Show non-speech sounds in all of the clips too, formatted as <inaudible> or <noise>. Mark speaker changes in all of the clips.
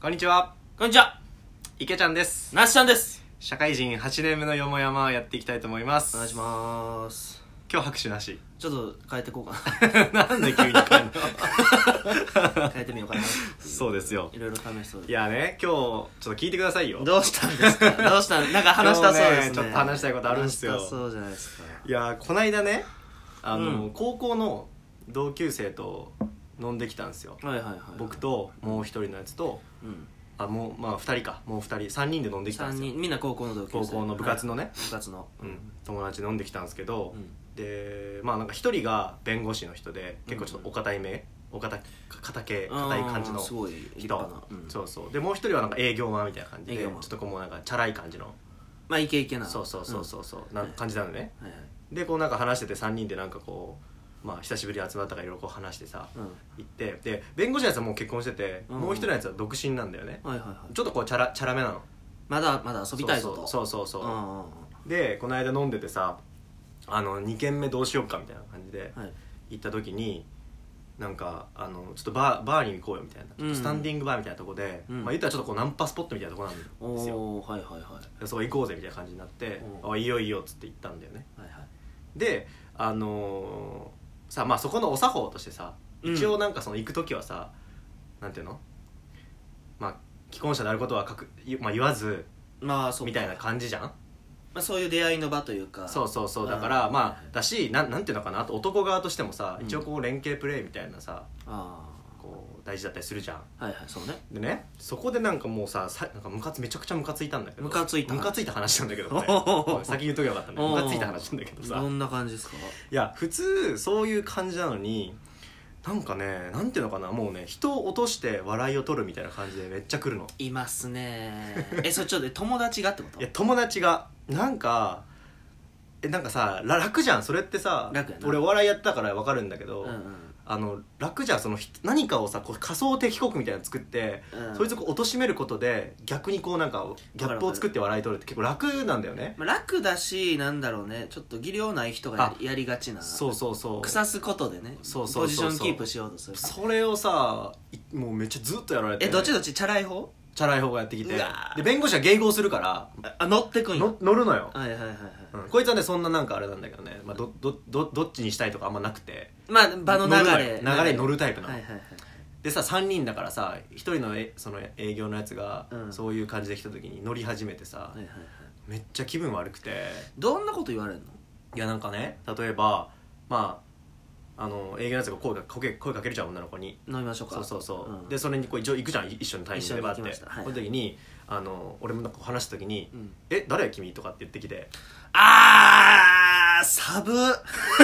Speaker 1: こんにちは
Speaker 2: こんにちは、
Speaker 1: 池ちゃんです
Speaker 2: なしちゃんです。
Speaker 1: 社会人8年目のよもやまやっていきたいと思います
Speaker 2: お願いします。
Speaker 1: 今日拍手なし <laughs>
Speaker 2: ちょっと変えてこうか
Speaker 1: なんで急に来るの
Speaker 2: <laughs> な。変えてみようかな。
Speaker 1: そうですよ
Speaker 2: いろいろ試しそう
Speaker 1: い
Speaker 2: で
Speaker 1: やね今日ちょっと聞いてくださいよ
Speaker 2: す。どうしたんですか <laughs> どうしたんなんか話したそうです
Speaker 1: 今日ね
Speaker 2: ね。
Speaker 1: ちょっと話したいことあるんですよ
Speaker 2: 話したそうじゃないですか。
Speaker 1: いやーこないだねあの、
Speaker 2: うん
Speaker 1: 高校の同級生と飲んできたんですよ
Speaker 2: はいはいはい。
Speaker 1: 僕、ともう一人のやつと
Speaker 2: うん。
Speaker 1: あもうまあ2人かもう2人3人で飲んできたん
Speaker 2: 3
Speaker 1: ですよ
Speaker 2: 人、みんな高校の同級生。
Speaker 1: 高校の部活のね
Speaker 2: はい部活の。
Speaker 1: うん、友達飲んできたんですけど、
Speaker 2: うん
Speaker 1: でまあなんか一人が弁護士の人で結構ちょっとお堅いめお堅堅系堅い感じの
Speaker 2: うんす
Speaker 1: 人、
Speaker 2: ごい立派な。うん
Speaker 1: そうそうでもう一人はなんか営業マンみたいな感じで
Speaker 2: 営
Speaker 1: ち
Speaker 2: 業
Speaker 1: ょ
Speaker 2: マン
Speaker 1: っとこうもうなんかチャラい感じの
Speaker 2: まあ、イケイケな。
Speaker 1: そうそうそうそうそうな
Speaker 2: はい
Speaker 1: 感じなのね、
Speaker 2: うん。はいはい。
Speaker 1: でこうなんか話してて3人でなんかこうまあ久しぶりに集まったからいろいろこう話してさ、
Speaker 2: う
Speaker 1: 行ってで弁護士のやつはもう結婚してて、
Speaker 2: うん
Speaker 1: もう一人のやつは独身なんだよね、
Speaker 2: ん。はいはいはい。
Speaker 1: ちょっとこうチャラチャラめなの
Speaker 2: まだまだ遊びたいぞと。
Speaker 1: そううそうそうそう、
Speaker 2: んうんうん。は
Speaker 1: でこの間飲んでてさあの2軒目どうしようかみたいな感じで
Speaker 2: い。
Speaker 1: 行った時になんかあのちょっとバーバーに行こうよみたいな、
Speaker 2: うん
Speaker 1: スタンディングバーみたいなとこで、
Speaker 2: うん
Speaker 1: まあ、言ったらちょっとこうナンパスポットみたいなとこなん
Speaker 2: お
Speaker 1: ですよ
Speaker 2: ー、はいはいはい。
Speaker 1: でそこ行こうぜみたいな感じになって「
Speaker 2: うん
Speaker 1: あいいよいいよ」っつって行ったんだよね
Speaker 2: はいはい。
Speaker 1: であのーさまあそこのお作法としてさ
Speaker 2: うん
Speaker 1: 一応なんかその行く時はさ、なんていうのまあ既婚者であることはかく、言まあ、言わず
Speaker 2: まあ、そうか
Speaker 1: みたいな感じじゃん
Speaker 2: まあ、そういう出会いの場というか
Speaker 1: そうそうそうだか
Speaker 2: あ
Speaker 1: ら
Speaker 2: ー
Speaker 1: まあだしなんなんていうのかなあと男側としてもさ
Speaker 2: うん
Speaker 1: 一応こう連携プレーみたいなさ
Speaker 2: あ
Speaker 1: こう大事だったりするじゃん
Speaker 2: あはいはいそうね
Speaker 1: でねそこでなんかもうささなんかムカつめちゃくちゃムカついたんだけど
Speaker 2: ムカついた
Speaker 1: ムカついた話なんだけ
Speaker 2: <laughs>
Speaker 1: ど、ね
Speaker 2: おお、おお
Speaker 1: おい先言うときゃよかったね
Speaker 2: おお
Speaker 1: ムカついた話なんだけどさ
Speaker 2: どんな感じですか
Speaker 1: いや普通そういう感じなのになんかねなんていうのかなもうね人を落として笑いを取るみたいな感じでめっちゃ来るの
Speaker 2: いますね <laughs> えそれちょっと友達がってこと
Speaker 1: いや友達がなんかえなんかさら楽じゃんそれってさ
Speaker 2: 楽やな
Speaker 1: 俺お笑いやったから分かるんだけど、
Speaker 2: うんうん
Speaker 1: あの楽じゃんそのひ何かをさこう仮想敵国みたいなの作って、
Speaker 2: うん
Speaker 1: そいつをこう貶めることで逆にこうなんかギャップを作って笑い取るって結構楽なんだよね
Speaker 2: まあ、楽だしなんだろうねちょっと技量ない人がやりやりがちな
Speaker 1: そうそうそう
Speaker 2: 腐すことでね
Speaker 1: そうそうそうそう
Speaker 2: ポジションキープしようとする
Speaker 1: それをさいもうめっちゃずっとやられて
Speaker 2: えどっちどっちチャラい方
Speaker 1: チャラい方がやってきて
Speaker 2: うわー
Speaker 1: で弁護士は迎合するから
Speaker 2: ああ乗ってくんよ
Speaker 1: の乗るのよ、
Speaker 2: はいはいはいはい、
Speaker 1: うんこいつはねそんななんかあれなんだけどね、まあ、どどどどっちにしたいとかあんまなくて
Speaker 2: まあ場の流れ
Speaker 1: 乗るのよ流れに乗るタイプな
Speaker 2: は
Speaker 1: の
Speaker 2: いはいはい
Speaker 1: でさ3人だからさ1人のえその営業のやつが、
Speaker 2: うん
Speaker 1: そういう感じで来た時に乗り始めてさ、
Speaker 2: はいはいはい
Speaker 1: めっちゃ気分悪くて
Speaker 2: どんなこと言われるの
Speaker 1: いやなんかね例えばまああの営業のやつが声が声声かけるじゃん女の子に
Speaker 2: 飲みましょうか
Speaker 1: そうそうそう、
Speaker 2: ん
Speaker 1: でそれにこう一応行くじゃんい一緒のタイミングでバーって
Speaker 2: 一緒に行きましたはい
Speaker 1: この時にあの俺もなんか話した時に「
Speaker 2: うん
Speaker 1: え誰君?」とかって言ってきて
Speaker 2: あー、サブ。 <laughs>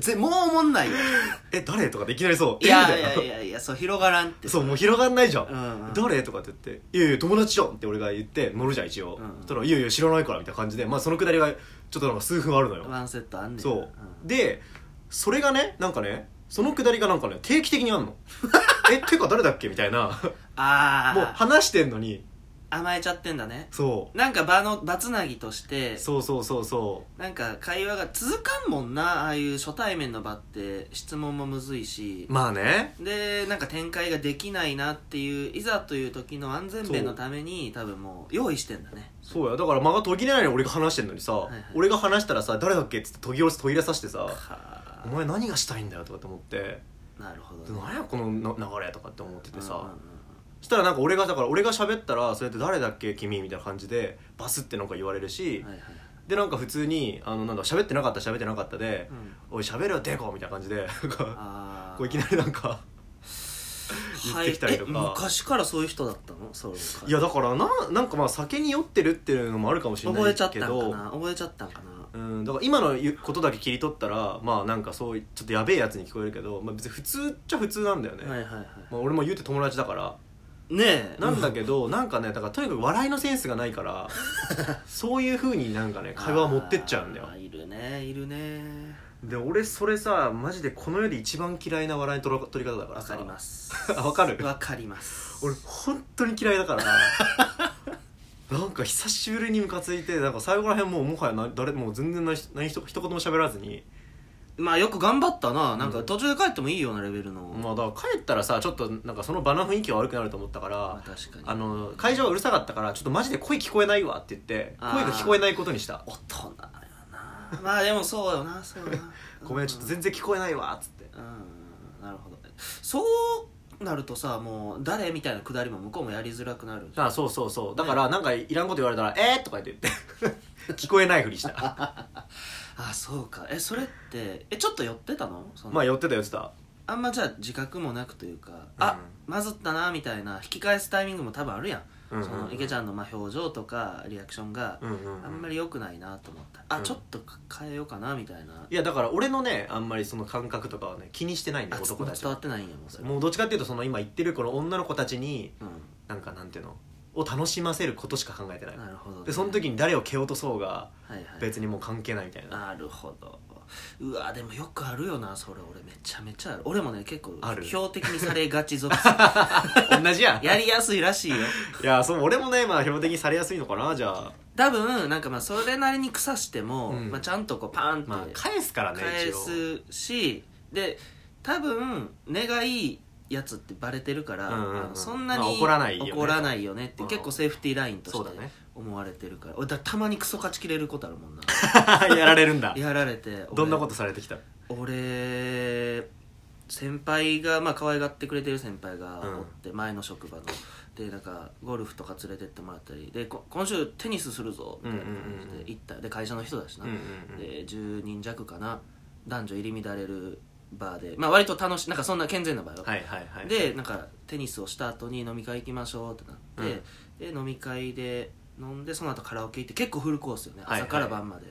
Speaker 2: ぜ、もうおもんないよ。
Speaker 1: 「え誰?」とかっていきなりそうえ
Speaker 2: い
Speaker 1: み
Speaker 2: や
Speaker 1: た
Speaker 2: い
Speaker 1: いな
Speaker 2: やいやいや、そう、広がらんって。
Speaker 1: そうもう広がんないじゃん、
Speaker 2: うんうん
Speaker 1: 誰とかって言って「いやいや友達じゃん」って俺が言って乗るじゃん一応、
Speaker 2: うんうん
Speaker 1: そしたら「いやいや知らないから」みたいな感じで、まあ、そのくだりがちょっとなんか数分あるのよ、
Speaker 2: ワンセットあんねん。
Speaker 1: そう、
Speaker 2: ん
Speaker 1: でそれがねなんかねそのくだりがなんかね定期的にあんの <laughs> えてか誰だっけみたいな
Speaker 2: あ
Speaker 1: もう
Speaker 2: ー、
Speaker 1: 話してんのに
Speaker 2: 甘えちゃってんだね。
Speaker 1: そ
Speaker 2: なんか場の、場つなぎとして
Speaker 1: う、そうそうそうそ
Speaker 2: なんか会話が続かんもんな、ああいう初対面の場って、質問もむずいし
Speaker 1: う。まあね
Speaker 2: で、なんか展開ができないなっていう、いざという時の安全弁のために、多分もう、用意してんだね。
Speaker 1: そうやだから間が途切れないのに俺が話してんのにさ、
Speaker 2: いはい
Speaker 1: 俺が話したらさ誰だっけっつって途切れ途切れさせてさ「お
Speaker 2: は
Speaker 1: 前何がしたいんだよ」とかって思って
Speaker 2: ーなるほ
Speaker 1: 「
Speaker 2: どね。
Speaker 1: 何やこのな流れ」とかって思っててさ、
Speaker 2: うんうんうん
Speaker 1: そしたらなんか俺がだから俺が喋ったら「それって誰だっけ君」みたいな感じでバスってなんか言われるし、
Speaker 2: はいはい。
Speaker 1: でなんか普通にあのなんだ喋ってなかった喋ってなかったで
Speaker 2: うん
Speaker 1: 「おい喋れよデコ」みたいな感じでなんか
Speaker 2: あー
Speaker 1: こういきなりなん
Speaker 2: <laughs>
Speaker 1: か言ってきたりとか
Speaker 2: はいえ昔からそういう人だったのそう
Speaker 1: いやだからななんかまあ酒に酔ってるっていうのもあるかもしれないけど
Speaker 2: 覚えちゃったんかな覚えちゃったんかな
Speaker 1: うんだから今の言うことだけ切り取ったらまあなんかそういうちょっとやべえやつに聞こえるけど、まあ、別に普通っちゃ普通なんだよね、
Speaker 2: はいはいはい
Speaker 1: まあ、俺も言うて友達だから
Speaker 2: ねえ
Speaker 1: なんだけ
Speaker 2: <laughs>
Speaker 1: ど、なんかねだからとにかく笑いのセンスがないからそういうふうになんかね会話を持ってっちゃうんだよ
Speaker 2: あーいるねいるね
Speaker 1: で俺それさマジでこの世で一番嫌いな笑いの取ら取り方だから
Speaker 2: わ
Speaker 1: さ
Speaker 2: かります
Speaker 1: あ <laughs> わかる
Speaker 2: わかります
Speaker 1: 俺本当に嫌いだから
Speaker 2: <laughs>
Speaker 1: なんか久しぶりにムカついてなんか最後らへんもうもはやな誰もう全然ない人ない人一言も喋らずに
Speaker 2: まあよく頑張ったななん
Speaker 1: う
Speaker 2: か
Speaker 1: ん
Speaker 2: 途中で帰ってもいいようなレベルの、ま
Speaker 1: まあだから帰ったらさちょっとなんかその場の雰囲気が悪くなると思ったから、
Speaker 2: あ確かに
Speaker 1: あの会場がうるさかったからちょっとマジで声聞こえないわって言って
Speaker 2: あー
Speaker 1: 声が聞こえないことにした
Speaker 2: 大人よなまあでもそうよなそうよな
Speaker 1: <laughs> ごめんちょっと全然聞こえないわっつって
Speaker 2: うんなるほどそうなるとさもう誰みたいなくだりも向こうもやりづらくなるじゃん
Speaker 1: あそうそうそうだからなんかいらんこと言われたら「えー?」とか言って言って <laughs> 聞こえないふりした
Speaker 2: <laughs> あそうかえそれってえちょっと寄ってたのその
Speaker 1: まあ寄ってた寄ってた
Speaker 2: あんまじゃあ自覚もなくというか、あまずったなみたいな引き返すタイミングも多分あるやん、
Speaker 1: うんうん
Speaker 2: その池ちゃんのまあ表情とかリアクションが
Speaker 1: うんうん、うん、
Speaker 2: あんまり良くないなと思った、
Speaker 1: う
Speaker 2: あ
Speaker 1: ん
Speaker 2: ちょっと変えようかなみたいな、
Speaker 1: いやだから俺のねあんまりその感覚とかはね気にしてないんだ
Speaker 2: あ
Speaker 1: よ
Speaker 2: つ
Speaker 1: 男
Speaker 2: もう
Speaker 1: たち
Speaker 2: 伝わ
Speaker 1: は
Speaker 2: ってないんやもうそれ
Speaker 1: もうどっちかっていうとその今言ってるこの女の子たちに
Speaker 2: う
Speaker 1: なんかなんていうのを楽しませることしか考えてない
Speaker 2: ん、なるほどね、
Speaker 1: でその時に誰を蹴落とそうが
Speaker 2: はいはい
Speaker 1: 別にもう関係ないみたいな
Speaker 2: なるほどうわでもよくあるよなそれ俺めちゃめちゃある俺もね結構
Speaker 1: ある
Speaker 2: 標的にされがちぞ <laughs>
Speaker 1: 同じやん
Speaker 2: やりやすいらしいよ
Speaker 1: いやそう俺もねまあ標的にされやすいのかなじゃあ
Speaker 2: 多分なんかまあそれなりに腐しても、
Speaker 1: うん
Speaker 2: まあ、ちゃんとこうパーンって、
Speaker 1: まあ返すからね
Speaker 2: 返
Speaker 1: 一応
Speaker 2: すしで多分根がいいやつってバレてるから、
Speaker 1: うんうんうん
Speaker 2: あのそんなに
Speaker 1: まあ怒らないよね
Speaker 2: 怒らないよねって
Speaker 1: うん
Speaker 2: 結構セーフティーラインと
Speaker 1: そ
Speaker 2: し
Speaker 1: うだ
Speaker 2: て
Speaker 1: ね
Speaker 2: 思われてるから俺だたまにクソ勝ち切れることあ
Speaker 1: <laughs>
Speaker 2: るもんな
Speaker 1: やられるんだ
Speaker 2: やられて
Speaker 1: どんなこととされてきた
Speaker 2: 俺先輩がまあ可愛がってくれてる先輩がおって、前の職場のでなんかゴルフとか連れてってもらったりでこ今週テニスするぞみたいな感じで行った、で会社の人だしな、
Speaker 1: うんうんうん
Speaker 2: で10人弱かな男女入り乱れるバーでまあ割と楽しいなんかそんな健全な場合は、
Speaker 1: はいはいはい
Speaker 2: でなんかテニスをした後に飲み会行きましょうってなって、で飲み会で飲んでその後カラオケ行って結構フルコースよね
Speaker 1: はいはい
Speaker 2: 朝から晩まで、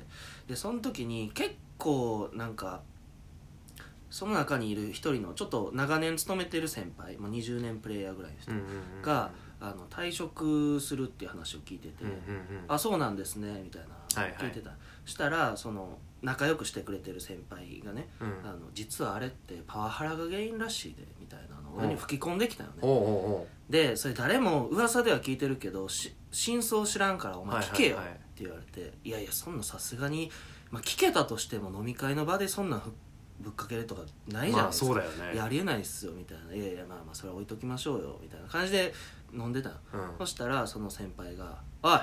Speaker 2: でその時に結構なんかその中にいる一人のちょっと長年勤めてる先輩もう20年プレイヤーぐらいの人
Speaker 1: うんうんうん
Speaker 2: が、あの退職するっていう話を聞いてて、
Speaker 1: うんうんうん
Speaker 2: あそうなんですねみたいな
Speaker 1: はいはい
Speaker 2: 聞いてた、したらその仲良くしてくれてる先輩がね、
Speaker 1: うん
Speaker 2: あの実はあれってパワハラが原因らしいでみたいなのを俺に吹き込んできたよね、
Speaker 1: おうおうおう
Speaker 2: でそれ誰も噂では聞いてるけどし真相知らんからお前聞けよっ
Speaker 1: はいはい
Speaker 2: て
Speaker 1: はい
Speaker 2: 言われて、いやいやそんなさすがに、まあ、聞けたとしても飲み会の場でそんなんふぶっかけるとかないじ
Speaker 1: ま
Speaker 2: ゃないで
Speaker 1: あ
Speaker 2: すか、
Speaker 1: そうだよ
Speaker 2: いや
Speaker 1: ね
Speaker 2: ありえないっすよみたいないやいやまあまあそれは置いときましょうよみたいな感じで飲んでたの
Speaker 1: うん
Speaker 2: そしたらその先輩が「おい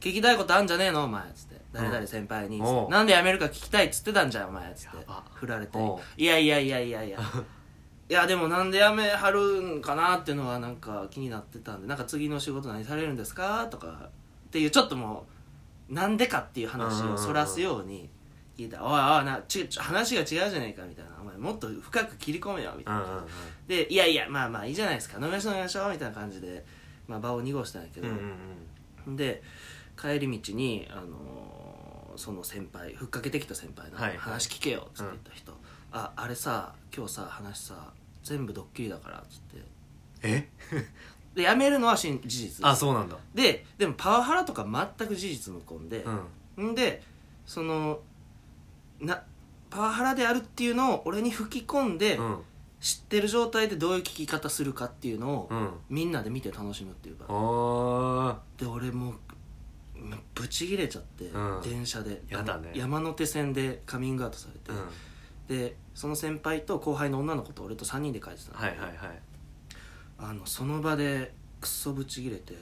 Speaker 2: 聞きたいことあんじゃねえのお前」っつって「誰々先輩につって
Speaker 1: おう
Speaker 2: なんで辞めるか聞きたい」っつってたんじゃんお前」っつって
Speaker 1: やば
Speaker 2: 振られて
Speaker 1: おう
Speaker 2: 「いやいやいやいやいや
Speaker 1: <laughs>
Speaker 2: いやでもなんで辞めはるんかな」っていうのはなんか気になってたんで「なんか次の仕事何されるんですか?」とかっていうちょっともうなんでかっていう話をそらすように聞いたら「おいおいなちち話が違うじゃないか」みたいな「お前もっと深く切り込めよ」みた
Speaker 1: う
Speaker 2: い
Speaker 1: ん
Speaker 2: な。
Speaker 1: うんうん
Speaker 2: で「いやいやまあまあいいじゃないですか飲みましょう飲みましょう」みたいな感じで、まあ、場を濁したんやけ
Speaker 1: う
Speaker 2: ど、
Speaker 1: んうん
Speaker 2: で帰り道に、あのーその先輩ふっかけてきた先輩の
Speaker 1: はいはい
Speaker 2: 話聞けよ」っつって言った人「ああれさ今日さ話さ全部ドッキリだから」っつって
Speaker 1: え
Speaker 2: でやめるのは真事実
Speaker 1: あそうなんだ
Speaker 2: ででもパワハラとか全く事実無根で
Speaker 1: う、ん
Speaker 2: んでそのなパワハラであるっていうのを俺に吹き込んで、
Speaker 1: うん
Speaker 2: 知ってる状態でどういう聞き方するかっていうのを、
Speaker 1: うん
Speaker 2: みんなで見て楽しむっていうか
Speaker 1: あ
Speaker 2: で俺もうまブチギレちゃって、
Speaker 1: うん
Speaker 2: 電車で
Speaker 1: やだね
Speaker 2: あの山手線でカミングアウトされて
Speaker 1: ー、うん
Speaker 2: でその先輩と後輩の女の子と俺と3人で帰ってたの,、
Speaker 1: はいはいはい
Speaker 2: あのその場でクソブチギレて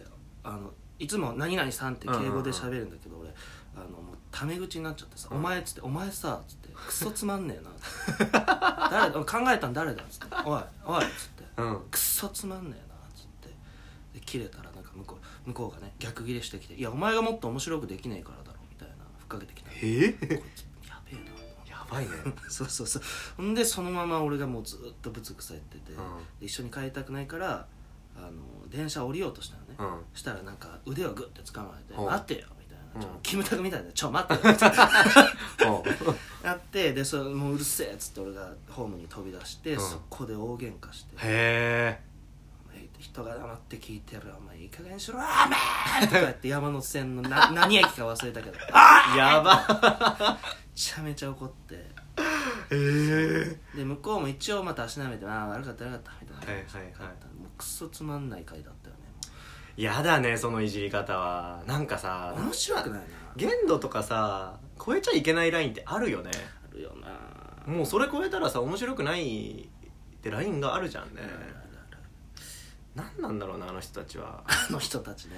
Speaker 2: あのいつも「何々さん」って敬語で喋るんだけど、俺あのもうタメ口になっちゃってさ「
Speaker 1: うん
Speaker 2: お前」っつって「お前さ」っつって「クソつまんねえなっつって」 <laughs> 誰だ考えたん誰だ」っつって「おいおい」っつって
Speaker 1: うん
Speaker 2: くっそつまんねえなっつってで切れたらなんか向こう向こうがね逆ギレしてきて「いやお前がもっと面白くできないからだろ」みたいなふっかけてきたや
Speaker 1: ええ
Speaker 2: べえなと思って <laughs>
Speaker 1: や <laughs> ばいね
Speaker 2: そうそうそうんでそのまま俺がもうずっとぶつくさ言ってて、
Speaker 1: うん
Speaker 2: で一緒に帰りたくないからあの電車降りようとしたのね、
Speaker 1: うん
Speaker 2: したらなんか腕をグッて掴まれて「
Speaker 1: うん
Speaker 2: 待ってよ」みたいな、ちょ
Speaker 1: うん
Speaker 2: キムタクみたいな「ちょ待っ
Speaker 1: <laughs>
Speaker 2: てよ」みたいな
Speaker 1: おう
Speaker 2: やってでそもううるせえっつって俺がホームに飛び出して、
Speaker 1: うん
Speaker 2: そこで大喧嘩して
Speaker 1: へえ
Speaker 2: 人が黙って聞いてるお前いい加減にしろお前とか言って山手線の
Speaker 1: <laughs>
Speaker 2: な何駅か忘れたけどめ
Speaker 1: やば
Speaker 2: ちゃめちゃ怒って
Speaker 1: へえ
Speaker 2: で向こうも一応また足なめてああ悪かった悪かったみたいな
Speaker 1: はいはいはい
Speaker 2: もうクソつまんない回だったよね
Speaker 1: やだねそのいじり方はなんかさ
Speaker 2: もう面白くないな
Speaker 1: 限度とかさ超えちゃいけないラインってあるよね
Speaker 2: あるよな
Speaker 1: もうそれ超えたらさ面白くないってラインがあるじゃんね、何なんだろうなあの人たちは
Speaker 2: あの人たちね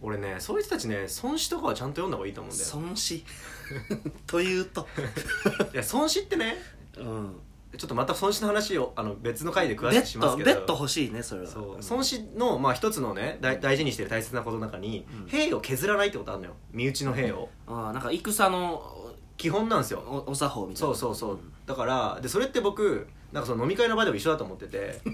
Speaker 1: 俺ねそういう人たちね孫子とかはちゃんと読んだ方がいいと思うんだよ
Speaker 2: 孫子 <laughs> というと、
Speaker 1: <laughs> いや孫子ってね
Speaker 2: うん、
Speaker 1: ちょっとまた孫子の話をあの別の回で詳
Speaker 2: ベ
Speaker 1: しくし
Speaker 2: ッ
Speaker 1: ます
Speaker 2: ド
Speaker 1: け
Speaker 2: ベ
Speaker 1: ど
Speaker 2: ッド欲しいねそれは
Speaker 1: そう
Speaker 2: うん
Speaker 1: 孫子の、まあ、一つのね大大事にしてる大切なことの中に、
Speaker 2: うん
Speaker 1: 兵を削らないってことあるのよ身内の兵を
Speaker 2: ああなんか戦の
Speaker 1: 基本なんですよ
Speaker 2: おお作法みたい
Speaker 1: そ
Speaker 2: な
Speaker 1: うそうそうだからでそれって僕なんかその飲み会の場でも一緒だと思って
Speaker 2: <laughs>
Speaker 1: て
Speaker 2: う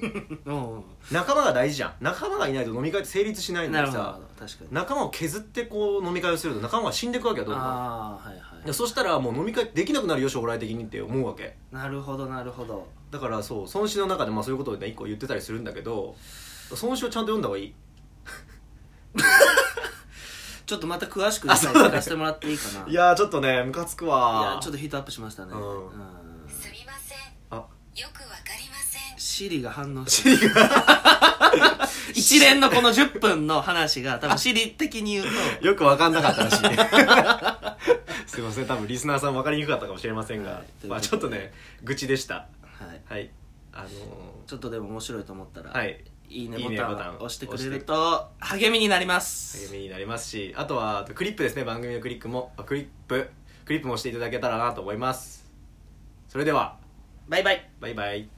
Speaker 2: ん、うん
Speaker 1: 仲間が大事じゃん仲間がいないと飲み会って成立しないの
Speaker 2: なる
Speaker 1: に
Speaker 2: ほど
Speaker 1: さ
Speaker 2: 確かに
Speaker 1: 仲間を削ってこう飲み会をすると仲間が死んでいくわけよどんどん
Speaker 2: ああはいは
Speaker 1: でそしたらもう飲み会できなくなるよ将来的にって思うわけ
Speaker 2: いなるほどなるほど
Speaker 1: だからそう孫子の中でまあそういうことをね一個言ってたりするんだけど孫子をちゃんと読んだ方がいい
Speaker 2: ちょっとまた詳しく理解聞かせてもらっていいかない
Speaker 1: やーちょっとねムカつくわ
Speaker 2: いやちょっ
Speaker 1: と
Speaker 2: とヒートアップしましたね
Speaker 1: うん
Speaker 2: うん
Speaker 3: すみません
Speaker 1: あ <laughs>
Speaker 3: よくわかりません
Speaker 2: シリが反応して一連のこの10分の話
Speaker 1: <laughs>
Speaker 2: が多分シリ的に言うと
Speaker 1: よく分かんなかったらしい <laughs> すいません多分リスナーさん分かりにくかったかもしれませんが、
Speaker 2: はい
Speaker 1: まあ、ちょっとね愚痴でした
Speaker 2: はい
Speaker 1: はいあの
Speaker 2: ちょっとでも面白いと思ったら、
Speaker 1: ー、はい
Speaker 2: いいね
Speaker 1: いいね
Speaker 2: ボタン
Speaker 1: ボタン
Speaker 2: 押してくれると励みになります
Speaker 1: 励みになりますしあとはあとクリップですね番組のクリックもあクリップクリップもしていただけたらなと思いますそれでは
Speaker 2: バイバイ
Speaker 1: バイバイ